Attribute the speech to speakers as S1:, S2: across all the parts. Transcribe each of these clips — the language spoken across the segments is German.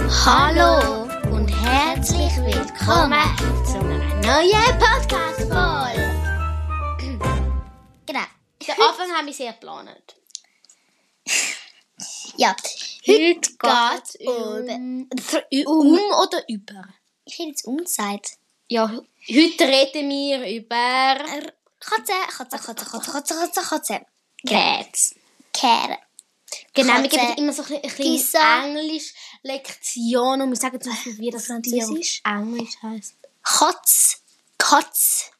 S1: Hallo und herzlich willkommen zu einer neuen Podcast-Folge. genau.
S2: Den Anfang haben wir sehr geplant.
S1: Ja, heute geht's
S2: geht's
S1: um...
S2: um-
S1: um.
S2: Um oder über?
S1: Ich hätte jetzt umgesagt.
S2: Ja, heute reden wir über
S1: Er- Katze, Katze, Katze, Katze, Katze, Katze, Katze.
S2: Cats.
S1: Care.
S2: Genau, wir
S1: Katze.
S2: geben immer so ein bisschen
S1: Kissa.
S2: Englisch-Lektion und wir sagen zum Beispiel, wie das
S1: Französisch?
S2: Französisch Englisch heisst.
S1: Katz, Katz,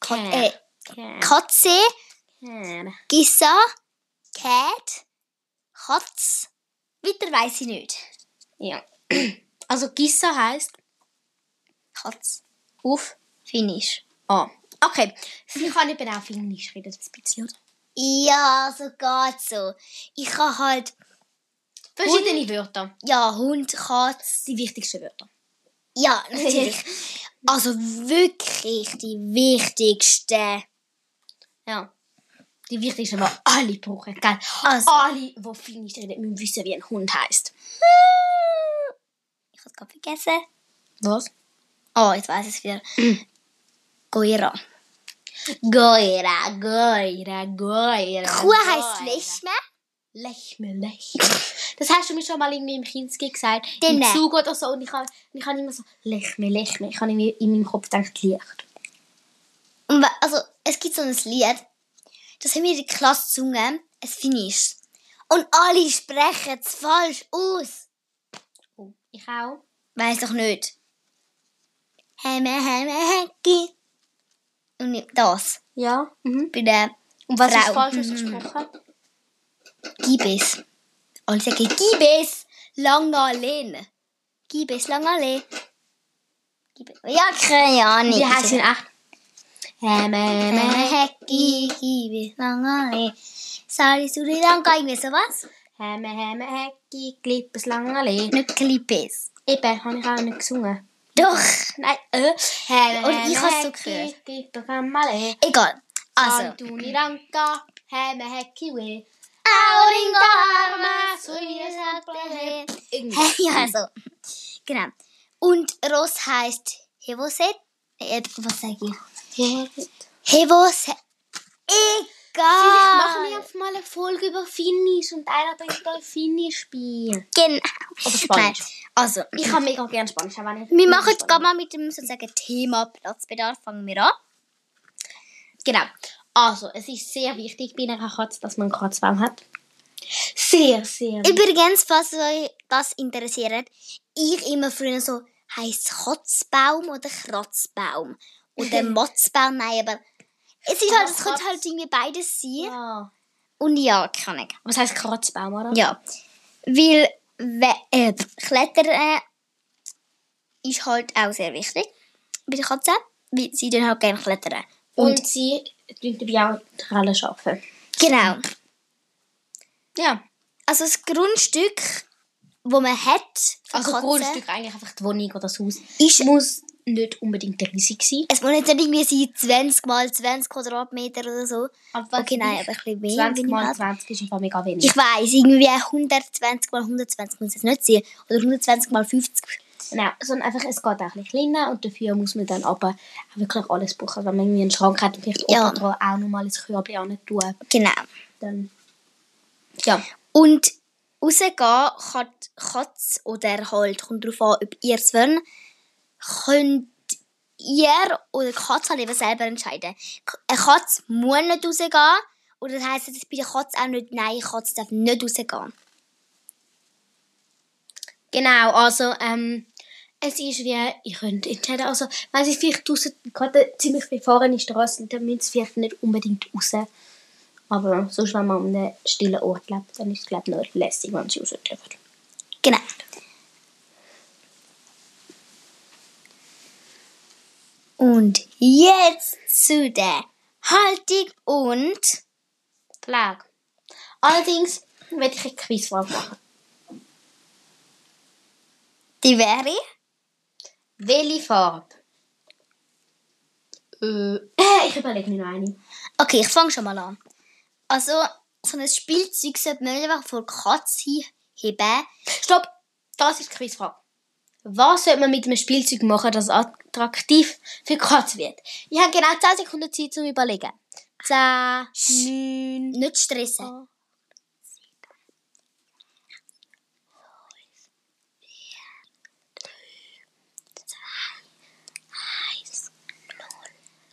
S1: Kat,
S2: Care.
S1: äh,
S2: Care.
S1: Katze,
S2: Care.
S1: Gissa, Cat, Katz. Weiter weiss ich nicht.
S2: Ja. Also Gissa heisst
S1: Katz.
S2: auf
S1: Finnisch.
S2: Ah. Okay, sie kann eben auch Englisch reden, ein bisschen, oder?
S1: Ja, so geht's so. Ich kann halt,
S2: Verschiedene Wörter.
S1: ja, Hund, Katz.
S2: Die wichtigsten Wörter.
S1: Ja, natürlich. also wirklich die wichtigsten.
S2: Ja. Die wichtigsten, die alle brauchen, gell?
S1: Also.
S2: Alle, die Finnisch reden, müssen wissen, wie ein Hund heisst.
S1: Ich hab's gerade vergessen.
S2: Was?
S1: Oh, jetzt weiß ich's wieder. Goira. Goira,
S2: Goira, Goira.
S1: Kuh heisst Lechme.
S2: Lechme, Lechme. Das hast du mir schon mal irgendwie im Kinski gesagt.
S1: Dünne.
S2: Im Zug oder so. Und ich habe ich hab immer so Lechme, Lechme. Ich habe irgendwie in meinem Kopf gedacht, Licht.
S1: Und wa- also, es gibt so ein Lied, das haben wir in der Klasse gesungen, es Finnisch. Und alle sprechen es falsch aus.
S2: Oh, ich auch.
S1: Weiß doch nicht. Hemme, hemme, hecki. Und nicht das.
S2: Ja. Mhm.
S1: Bei der
S2: Und was ist
S1: Frau.
S2: falsch
S1: Mhm.
S2: ausgesprochen?
S1: Gibis. Alle sagen Gibis, Langalin. Gibis, Langalin. Gibis. Ja, keine Ahnung.
S2: Wie heisst es in echt?
S1: Hemme,
S2: Hemme,
S1: hecki, Gibis, Langalin. Sali, Suri, Langa, irgendwie sowas.
S2: Hemme, Hemme, Hecki, Glippes, Langerlee.
S1: Nicht Gibis.
S2: Eben, habe ich auch nicht gesungen.
S1: Doch.
S2: Nein, äh. Hemme,
S1: Oder ich hab's so gehört.
S2: Glippes, Langerlee.
S1: Egal. Also.
S2: Antoni Ranka, Hemme, Hecki, Weh. Irgendwie.
S1: ja, also. Genau. Und Ross heißt Hevoset. Äh, was sage ich?
S2: Vielleicht
S1: Hevoset.
S2: machen wir
S1: Egal.
S2: jetzt mal eine Folge über Finnisch und einer bringt euch Finnisch Spiel.
S1: Genau.
S2: Oder Spanisch.
S1: Nein, Also,
S2: Ich kann mega gerne Spanisch, auch wenn ich
S1: wir machen jetzt gerade
S2: Spanisch.
S1: mal mit dem sozusagen Thema Platzbedarf. Fangen wir an. Ah,
S2: Genau. Also, es ist sehr wichtig bei einer Katze, dass man einen Katzbaum hat. Sehr, sehr wichtig.
S1: Übrigens, falls euch das interessiert, ich immer früher so, heisst Kotzbaum oder Kratzbaum? Oder Motzbaum, nein, aber es ist halt, es könnte halt irgendwie beides sein.
S2: Ja.
S1: Und ja, kann ich.
S2: Was heißt Kratzbaum, oder?
S1: Ja. Weil we- äh, Klettern ist halt auch sehr wichtig bei den Katzen, weil sie dann halt gerne klettern.
S2: Und,
S1: Und,
S2: sie tun dabei auch die Relle arbeiten.
S1: genau.
S2: Ja.
S1: Also das Grundstück, wo man hat, für
S2: Also
S1: Katzen,
S2: Grundstück, eigentlich einfach die Wohnung oder das Haus,
S1: Ist-
S2: muss nicht unbedingt riesig sein.
S1: Es muss nicht irgendwie sein, 20 mal 20 Quadratmeter oder so.
S2: Aber
S1: okay, nein,
S2: vielleicht
S1: aber ein bisschen mehr.
S2: 20
S1: wenn ich
S2: mal
S1: weiß.
S2: 20 ist einfach mega wenig.
S1: Ich weiss, irgendwie 120 mal 120 muss es nicht sein. Oder 120 mal 50.
S2: Genau, sondern einfach, es geht auch ein bisschen kleiner und dafür muss man dann aber auch wirklich alles brauchen. Also wenn man irgendwie einen Schrank hat und vielleicht
S1: Ja.
S2: ja. dran auch nochmal ins Körbchen tun,
S1: Genau.
S2: dann... Ja.
S1: Und rausgehen kann die Katze oder halt, kommt darauf an, ob ihr es wollt, könnt ihr oder die Katze halt eben selber entscheiden. K- Eine Katze muss nicht rausgehen. Oder das heisst, dass bei der Katze auch nicht, nein, die Katze darf nicht rausgehen.
S2: Genau, also ähm, es ist wie, ihr könnt entscheiden, also wenn sie vielleicht draußen gerade eine ziemlich befahrene Straße, dann müssen sie vielleicht nicht unbedingt raus. Aber sonst, wenn man an einem stillen Ort lebt, dann ist es glaube ich noch lässig, wenn sie raus dürfen.
S1: Genau. Und jetzt zu der Haltung und
S2: Pflege. Allerdings werde ich eine Quizfrage machen.
S1: die wäre
S2: Welche Farbe? Äh, ich überlege mir noch eine.
S1: Okay, ich fange schon mal an. Also, so ein Spielzeug sollte man nicht einfach vor die Katze heben.
S2: Stopp! Das ist die Quizfrage. Was sollte man mit einem Spielzeug machen, das attraktiv für Katze wird?
S1: Ich habe genau 10 Sekunden Zeit
S2: um
S1: zum Überlegen.
S2: 10, 9,
S1: Nicht stressen.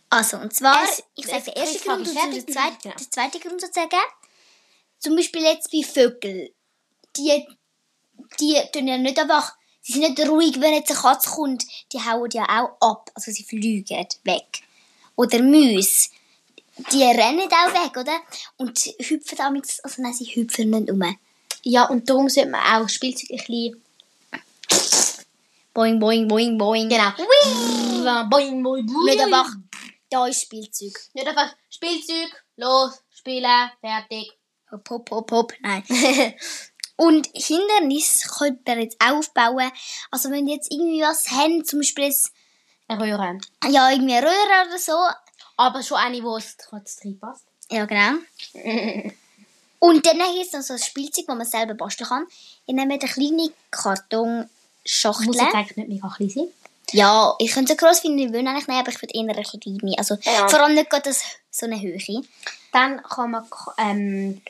S1: Also, und zwar,
S2: Es-
S1: ich sage den
S2: es-
S1: ersten
S2: ich frage
S1: Grund und
S2: fertig,
S1: den zweiten,
S2: ja.
S1: den zweiten Grund sozusagen. Zum Beispiel jetzt bei Vögeln. Die, die tun ja nicht einfach, sie sind nicht ruhig, wenn jetzt eine Katze kommt. Die hauen ja auch ab, also sie fliegen weg. Oder Müsse. Die rennen auch weg, oder? Und sie hüpfen damit, also nein, sie hüpfen nicht um.
S2: Ja, und darum sollte man auch Spielzeug ein bisschen...
S1: Boing, boing, boing, boing.
S2: Genau. Boing, boing, boing.
S1: Nicht einfach, da ist Spielzeug.
S2: Nicht einfach Spielzeug, los, spielen, fertig.
S1: Hopp, hopp, hopp, hopp, nein. Und Hindernis könnte man jetzt auch aufbauen. Also wenn ihr jetzt irgendwie was habt, zum Beispiel jetzt,
S2: Rühren.
S1: ja, irgendwie eine Röhre oder so.
S2: Aber schon eine, wo es trotz reinpasst.
S1: Ja, genau. Und dann gibt es noch so ein Spielzeug, das man selber basteln kann. Ihr nehmt eine kleine
S2: Muss jetzt
S1: Kartonschachtel.
S2: eigentlich nicht mega klein sein.
S1: Ja, ich könnte so gross finden, wie ich will eigentlich nehmen, aber ich würde eher eine kleine. Also
S2: Ja.
S1: vor allem nicht gerade das, so eine Höhe.
S2: Dann kann man k- ähm,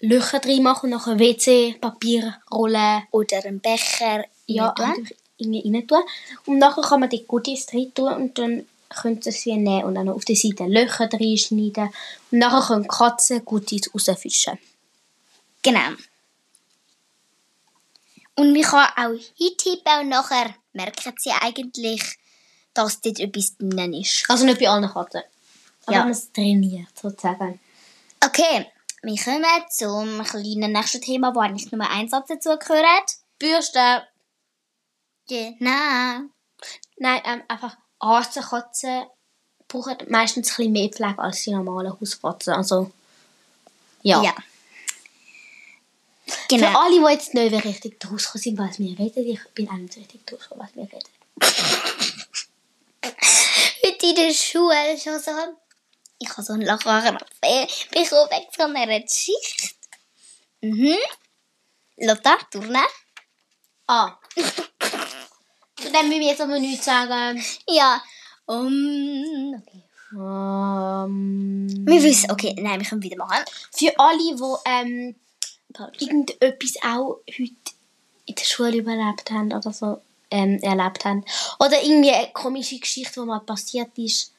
S2: Löcher drin machen, nachher WC-Papier rollen.
S1: Oder einen Becher.
S2: Ja,
S1: rein tun.
S2: einfach irgendwie rein tun. Und nachher kann man die Goodies rein tun und dann könnt ihr sie nehmen und dann auf der Seite Löcher drin schneiden. Und nachher können die Katzen Goodies rausfischen.
S1: Genau. Und man kann auch hintippen und nachher merken sie eigentlich, dass dort etwas drin ist.
S2: Also nicht bei allen Katzen. Aber
S1: Ja.
S2: wenn man es trainiert, sozusagen.
S1: Okay, wir kommen zum kleinen nächsten Thema, wo eigentlich nur ein Satz dazu gehört.
S2: Bürsten.
S1: Genau.
S2: Nein, ähm, einfach Rasenkatzen brauchen meistens ein bisschen mehr Pflege als die normalen Hauskatzen. Also, ja.
S1: Ja.
S2: Für
S1: Genau.
S2: alle, die nou jetzt nicht richtig draus sind, was wir reden, ich bin auch nicht richtig draus, was wir reden.
S1: Heute in der Schule schon so. Ich habe so einen Lacher bekommen weg von einer Geschichte. Mhm. Lotta, turnen.
S2: Ah. Zu dem müssen wir jetzt aber nichts sagen.
S1: Ja. Um, okay.
S2: Ähm,
S1: Wir wissen, okay, nein, wir können wieder machen.
S2: für alle, die ähm, irgendetwas auch heute in der Schule überlebt haben oder so ähm, erlebt haben. Oder irgendwie eine komische Geschichte, die mal passiert ist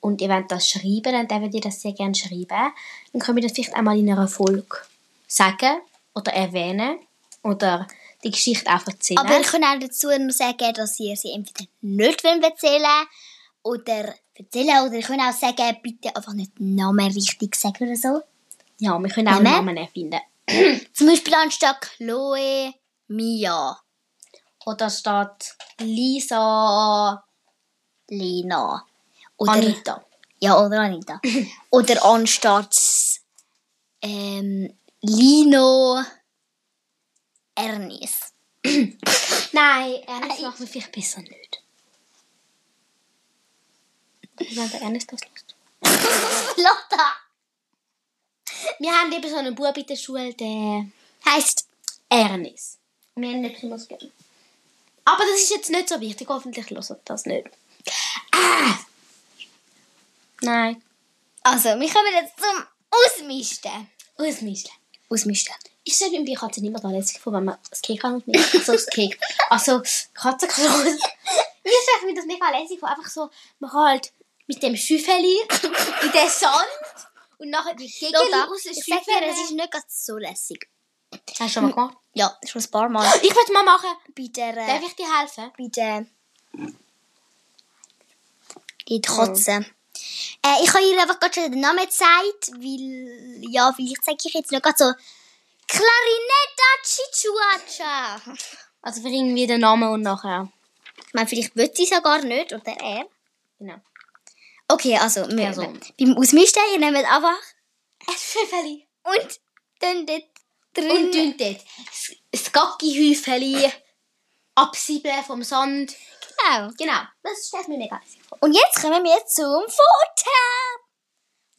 S2: und ihr wollt das schreiben, dann dürft ihr das sehr gerne schreiben. Dann können wir das vielleicht einmal in einer Folge sagen oder erwähnen oder die Geschichte auch erzählen.
S1: Aber ich kann auch dazu noch sagen, dass ihr sie entweder nicht wollen erzählen oder erzählen oder ich kann auch sagen, bitte einfach nicht den Namen richtig sagen oder so.
S2: ja, wir können auch einen
S1: Nehmen?
S2: Namen erfinden.
S1: Zum Beispiel anstatt Chloe, Mia,
S2: Oder statt Lisa,
S1: Lena oder
S2: Anita.
S1: ja oder Anita oder anstatt ähm, Lino, Ernest.
S2: Nein, Ernest machen wir vielleicht besser nicht. Ich meine, der Ernest das Lust.
S1: Lotta
S2: Wir haben eben so einen Bub in der Schule, der
S1: heißt
S2: Ernest. Wir haben nicht immer gegeben. Aber das ist jetzt nicht so wichtig, hoffentlich hört das nicht. Ah! Nein,
S1: also wir kommen jetzt zum Ausmisten.
S2: ausmischen.
S1: Ausmisten.
S2: Ich stelle mir bei Katzen immer da lässig vor, wenn man das Kek hat und nicht so das Kek. Also, Katzenklos. Mir stelle mir das mega lässig vor, einfach so, man kann halt mit dem Schüffeli in den Sand und nachher die Kegel
S1: Lotta,
S2: aus dem
S1: ich sag dir, es ist
S2: Schüffeli.
S1: nicht ganz so lässig.
S2: Hast du schon mal gemacht?
S1: Ja, schon ein paar Mal.
S2: Ich will mal machen.
S1: bei der,
S2: Darf
S1: äh,
S2: ich dir helfen?
S1: bei der in die Katze. Äh, ich habe ihr einfach gerade schon den Namen gezeigt, weil, ja, vielleicht sage ich jetzt noch gerade so Clarinetta Chichuacha.
S2: Also, für irgendwie den Namen und nachher.
S1: Ich meine, vielleicht will sie es ja gar nicht, oder er.
S2: Genau.
S1: Okay, also, wir,
S2: Also.
S1: beim Ausmisten, ihr nehmt einfach
S2: Ein Schüffeli.
S1: und dann dort drin.
S2: Und dünnt dort. Das Gacki-Häufeli absiebeln vom Sand.
S1: genau.
S2: Genau, das stellt mir mega lässig vor.
S1: Und jetzt kommen wir zum Vorteil.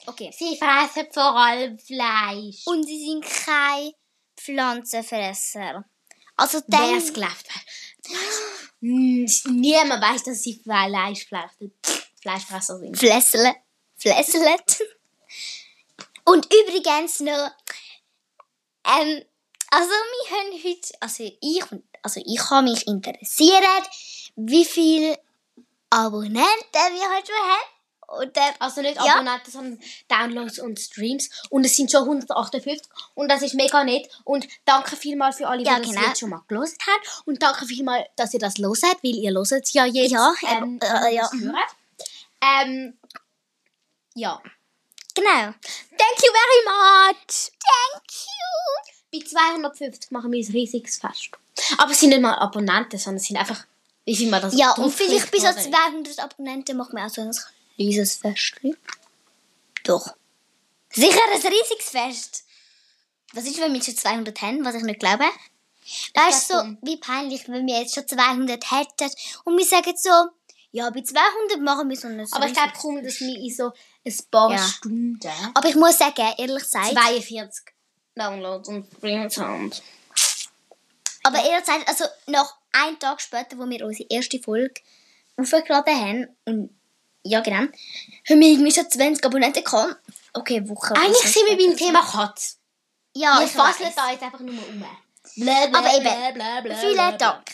S1: Okay.
S2: Sie fressen vor allem Fleisch.
S1: Und sie sind keine Pflanzenfresser. Also
S2: Wer es
S1: denk,
S2: gelebt hat. Mm, Niemand weiß, dass sie Fleischflechte, Fleischfresser sind.
S1: Flässle. Flässlet. Und übrigens noch, ähm, also wir haben heute, also ich, also ich habe mich interessiert, wie viele Abonnenten wir heute schon haben. Und ähm, dann,
S2: Also nicht
S1: Ja.
S2: Abonnenten, sondern Downloads und Streams. Und es sind schon 158. Und das ist mega nett. Und danke vielmals für alle, die
S1: Ja,
S2: das
S1: genau.
S2: jetzt schon mal gelesen haben. Und danke vielmals, dass ihr das loset, weil ihr loset es ja jetzt.
S1: Ja,
S2: ähm,
S1: äh, äh, ja.
S2: wenn ihr es hört. Ähm, ja.
S1: genau.
S2: Thank you very much.
S1: Thank you.
S2: Bei 250 machen wir ein riesiges Fest. Aber es sind nicht mal Abonnenten, sondern es sind einfach, wie viel man das
S1: Ja, und vielleicht bis
S2: durchklickt,
S1: an
S2: oder?
S1: 200 Abonnenten machen wir auch so ein kleines Fest. Doch. Sicher ein riesiges Fest. Was ist, wenn wir schon 200 haben, was ich nicht glaube? Weißt du,
S2: glaub
S1: so, wie peinlich, wenn wir jetzt schon 200 hätten und wir sagen so, ja, bei 200 machen wir so ein
S2: Aber ich
S1: riesiges-
S2: glaube kaum, dass wir in so ein paar
S1: Ja.
S2: Stunden
S1: Aber ich muss sagen, ehrlich gesagt,
S2: 42 Downloads und Streams haben.
S1: aber ehrlich gesagt, also noch einen Tag später, wo wir unsere erste Folge aufgeladen haben und ja, genau, haben wir irgendwie schon 20 Abonnenten gehabt. Okay, Woche.
S2: Eigentlich
S1: Woche
S2: sind wir
S1: später.
S2: beim Thema Katz.
S1: Ja,
S2: wir
S1: ich weiß.
S2: fassen da jetzt einfach nur um.
S1: Aber eben,
S2: bla.
S1: vielen Dank.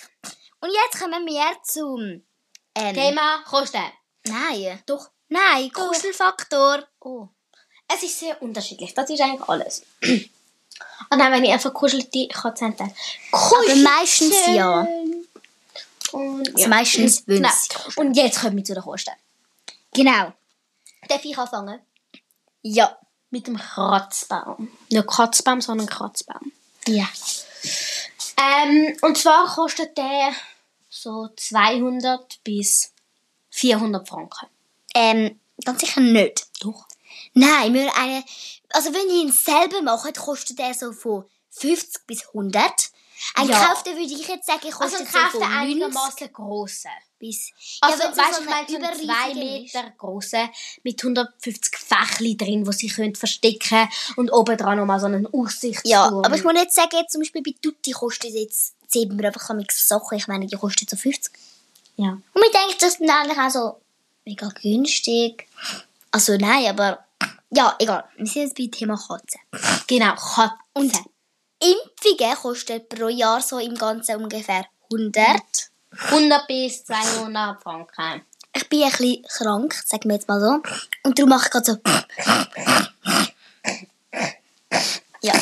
S1: Und jetzt kommen wir zum ähm,
S2: Thema Kosten.
S1: Nein, doch. Nein, Kuschelfaktor.
S2: Oh. Es ist sehr unterschiedlich. Das ist eigentlich alles. Und dann, wenn ich einfach kuschelte Katze hätte.
S1: Aber meistens ja.
S2: Oh, Und,
S1: Also
S2: ja.
S1: meistens
S2: Genau.
S1: wünscht.
S2: Und jetzt kommen wir zu den Kosten.
S1: Genau.
S2: Darf ich anfangen?
S1: Ja.
S2: Mit dem Kratzbaum. Nicht Kratzbaum, sondern Kratzbaum.
S1: Ja.
S2: Ähm, und zwar kostet der so 200 bis 400 Franken.
S1: Ähm, ganz sicher nicht.
S2: Doch.
S1: Nein, wir haben eine. Also wenn ich ihn selber mache, kostet er so von 50 bis 100. Ein
S2: Ja.
S1: Kauf, den würde ich jetzt sagen,
S2: Also
S1: kostet
S2: ich
S1: so
S2: kaufe
S1: von
S2: den
S1: 90
S2: einigermaßen grossen.
S1: bis...
S2: Also
S1: wenn's
S2: weißt
S1: so
S2: du, ich
S1: eine
S2: meine so einen 2
S1: überriesige ist.
S2: Meter grossen mit 150 Fächli drin, die sie können verstecken und obendrauf nochmal so einen Aussichtsturm.
S1: Ja, aber ich muss nicht sagen, zum Beispiel bei Tutti kostet es jetzt... Jetzt sieht man einfach manchmal Sachen, ich meine, die kosten so 50.
S2: Ja.
S1: Und mir denkt, das sind eigentlich auch so mega günstig. Also nein, aber... Ja, egal. Wir sind jetzt bei Thema Katzen.
S2: Genau, Katze.
S1: Und Impfungen kosten pro Jahr so im Ganzen ungefähr 100.
S2: 100 bis 200 Franken.
S1: Ich bin ein bisschen krank, sagen wir jetzt mal so. Und darum mache ich gerade so... Ja.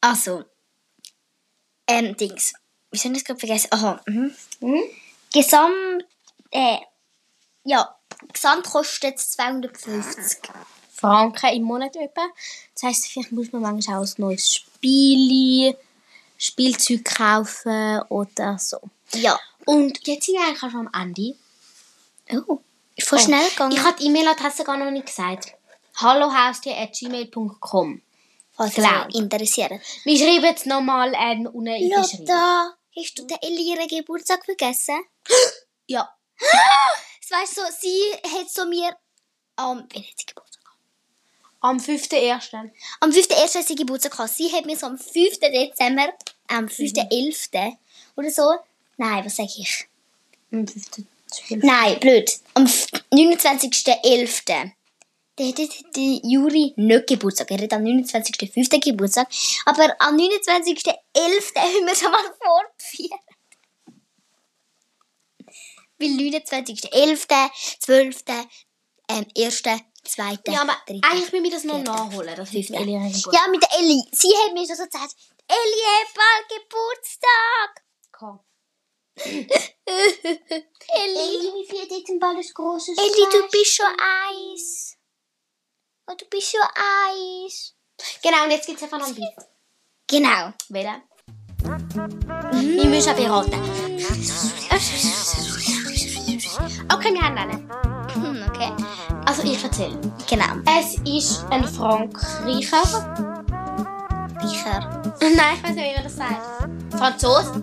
S1: Also. Ähm, Dings. Wir sind das gerade vergessen. Aha. Mhm.
S2: Mhm.
S1: Gesamt... Äh, ja. Gesamt kostet 250.
S2: Franken im Monat etwa. Das heisst, vielleicht muss man manchmal auch ein neues Spiel, Spielzeug kaufen oder so.
S1: Ja.
S2: Und jetzt sind wir eigentlich auch schon am Ende.
S1: Oh. Ist voll schnell gegangen.
S2: Ich habe die E-Mail-Adresse gar noch nicht gesagt. hallohaustier.gmail.com
S1: Falls es
S2: Glaub.
S1: euch interessiert.
S2: Wir schreiben jetzt nochmal ähm, unten in die Beschreibung.
S1: Lotta, hast du den Elli ihren Geburtstag vergessen?
S2: Ja.
S1: Das weißt du, sie hat so mir... am wann hat sie Geburtstag?
S2: Am 5.1.
S1: Am 5.1. hat sie Geburtstag gehabt. Sie hat mir so am 5. Dezember, am 5.11. oder so. Nein, was sag ich?
S2: Am 5.12.
S1: Nein, blöd. Am f- 29.11. Da hätte die Juri nicht Geburtstag. Er hat am 29.05. Geburtstag. Aber am 29.11. haben wir schon mal fortgeführt. Weil 29.11., 12., ähm, 1., 2.,
S2: Ja, aber
S1: 3.
S2: eigentlich müssen wir das noch nachholen. Das ist
S1: Fünfte.
S2: Geburtstag.
S1: Ja, mit der Elli. Sie hat mir schon so gesagt, Elli hat bald Geburtstag. Elli,
S2: Elli, wie viel jetzt ein bald ein grosses
S1: Elli, du bist schon eins. Oh, du bist schon eins.
S2: Genau, und jetzt gibt es einfach noch ein Bild.
S1: Genau.
S2: Wählen. Ich muss auch beraten. Okay, wir haben einen.
S1: Hm, okay.
S2: Also ich erzähle.
S1: Genau.
S2: Es ist ein Frankreicher.
S1: Sicher.
S2: Nein, ich weiß nicht, wie man das sagt. Franzose?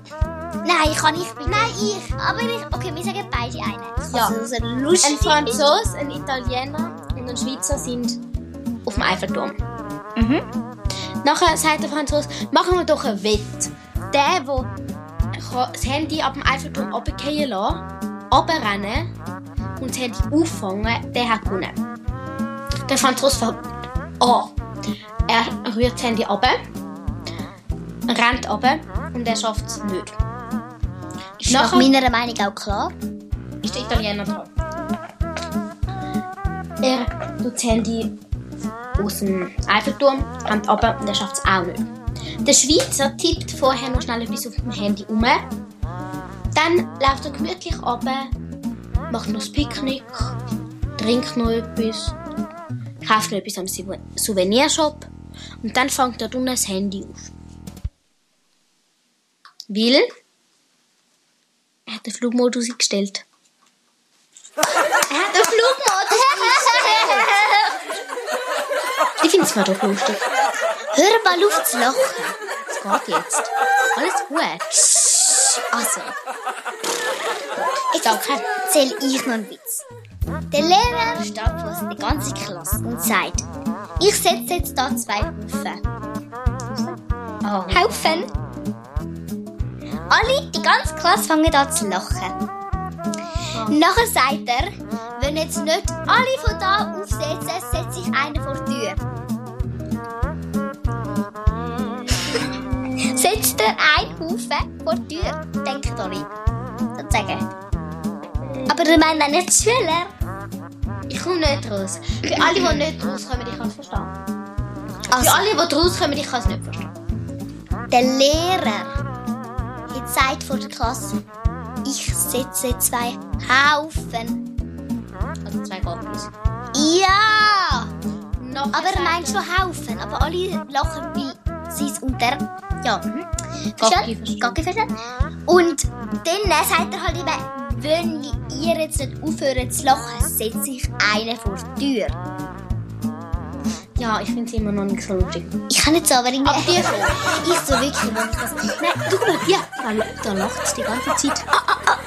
S1: Nein, kann ich nicht. Nein, ich. Aber ich. Okay, wir sagen beide einen.
S2: Ja.
S1: Das ist ein
S2: Ein
S1: lustig.
S2: Franzose, ein Italiener und ein Schweizer sind auf dem Eiffelturm.
S1: Mhm.
S2: Nachher sagt der Franzose, machen wir doch ein Wett. der, der kann das Handy ab dem Eiffelturm runterfallen lassen, runterrennen und das Handy auffangen, der hat gewonnen. Der Franzos fängt an. Er rührt das Handy runter, rennt runter und er schafft es nicht.
S1: Ist nach meiner Meinung auch klar.
S2: ist der Italiener dran. Er tut das Handy aus dem Eiffelturm, rennt runter und er schafft es auch nicht. Der Schweizer tippt vorher noch schnell etwas auf dem Handy um. Dann läuft er gemütlich runter, macht noch das Picknick, trinkt noch etwas, kauft noch etwas am Sou- Souvenirshop und dann fängt er unten das Handy auf. Weil er hat den Flugmodus eingestellt. Er hat den Flugmodus eingestellt. Ich finde es mal doch lustig.
S1: Hör mal auf zu lachen.
S2: Es geht jetzt. Alles gut.
S1: Also,
S2: Ich danke.
S1: erzähl ich noch einen Witz. Der Lehrer steht vor der ganzen Klasse und sagt, ich setze jetzt da zwei Haufen.
S2: Oh.
S1: Haufen? Alle, die ganze Klasse fangen an zu lachen. Nachher sagt er, wenn jetzt nicht alle von da aufsetzen, setze ich einen vor die Tür. Setzt er einen Haufen vor die Tür, denkt alle. Sozusagen. Aber ich meine dann nicht die Schüler.
S2: Ich komme nicht raus. Für alle, die nicht rauskommen, ich kann es verstehen.
S1: Also,
S2: Für alle, die rauskommen, ich kann es nicht verstehen.
S1: der Lehrer hat gesagt vor der Klasse, ich setze zwei Haufen.
S2: Also zwei Gabels.
S1: Ja!
S2: Noch
S1: Aber er meint schon Haufen, aber alle lachen wie sie es unter. Ja. mhm.
S2: Gacki
S1: Verstehen?
S2: verstehen.
S1: Gacki verstehen? Und dann sagt er halt eben, wenn ihr jetzt nicht aufhören zu lachen, setze ich einen vor die Tür.
S2: Ja, ich finde es immer noch nicht so lustig.
S1: Ich kann nicht so, aber irgendwie.
S2: Aber die schon.
S1: Ich so wirklich. wenn ich das- Nein, du mal, ja.
S2: Da, da lacht es die ganze Zeit. ah.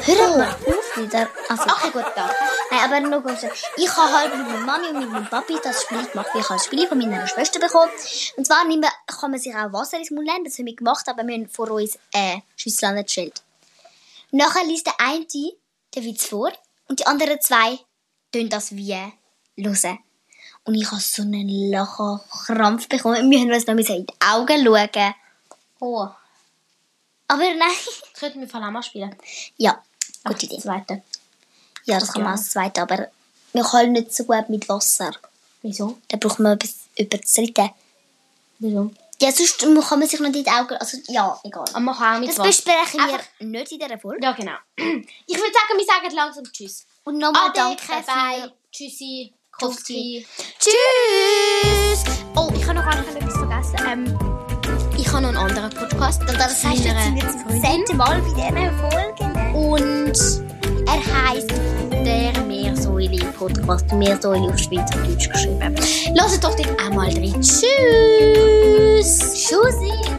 S1: Hör mal auf wieder. Also,
S2: Okay, Oh. gut, danke.
S1: Nein, aber nur ganz schnell. Ich habe halt mit meiner Mami und mit meinem Papi das Spiel gemacht. Ich habe das Spiel von meiner Schwester bekommen. Und zwar nicht mehr, kann man sich auch Wasser ins Mund nehmen. Das haben wir gemacht, aber wir haben vor uns äh, Schüsseln gestellt. Nachher liest der eine den Witz vor und die anderen zwei tun das wie hören. Und ich habe so einen Lacherkrampf bekommen. Und wir haben uns noch müssen in die Augen schauen.
S2: Oh.
S1: Aber nein.
S2: Das könnten wir vor allem auch spielen.
S1: Ja,
S2: Ach,
S1: gute Idee.
S2: Das zweite.
S1: Ja, das kann man
S2: Ja.
S1: als zweites, aber wir können nicht so gut mit Wasser.
S2: Wieso?
S1: Da braucht man etwas über das Dritte.
S2: Wieso?
S1: Ja, sonst mu- kann man sich noch in die Augen... Also, ja, egal.
S2: Aber mach auch mit
S1: Das
S2: was.
S1: besprechen wir
S2: Einfach-
S1: nicht in dieser Folge.
S2: Ja, genau. Ich würde sagen, wir sagen langsam Tschüss.
S1: Und nochmal
S2: Ade,
S1: danke
S2: Oh, bye.
S1: für...
S2: Tschüssi. Kofti.
S1: Tschüss!
S2: Oh, ich habe noch gar nicht etwas vergessen. Ähm, ich habe noch einen anderen Podcast.
S1: Und das heißt, jetzt sind wir das zehnte Mal bei dieser Folge.
S2: Und
S1: Er heisst «Der Meersäule-Podcast». Meersäule auf Schweizerdeutsch geschrieben.
S2: lasst doch den einmal rein. Tschüss.
S1: Tschüssi!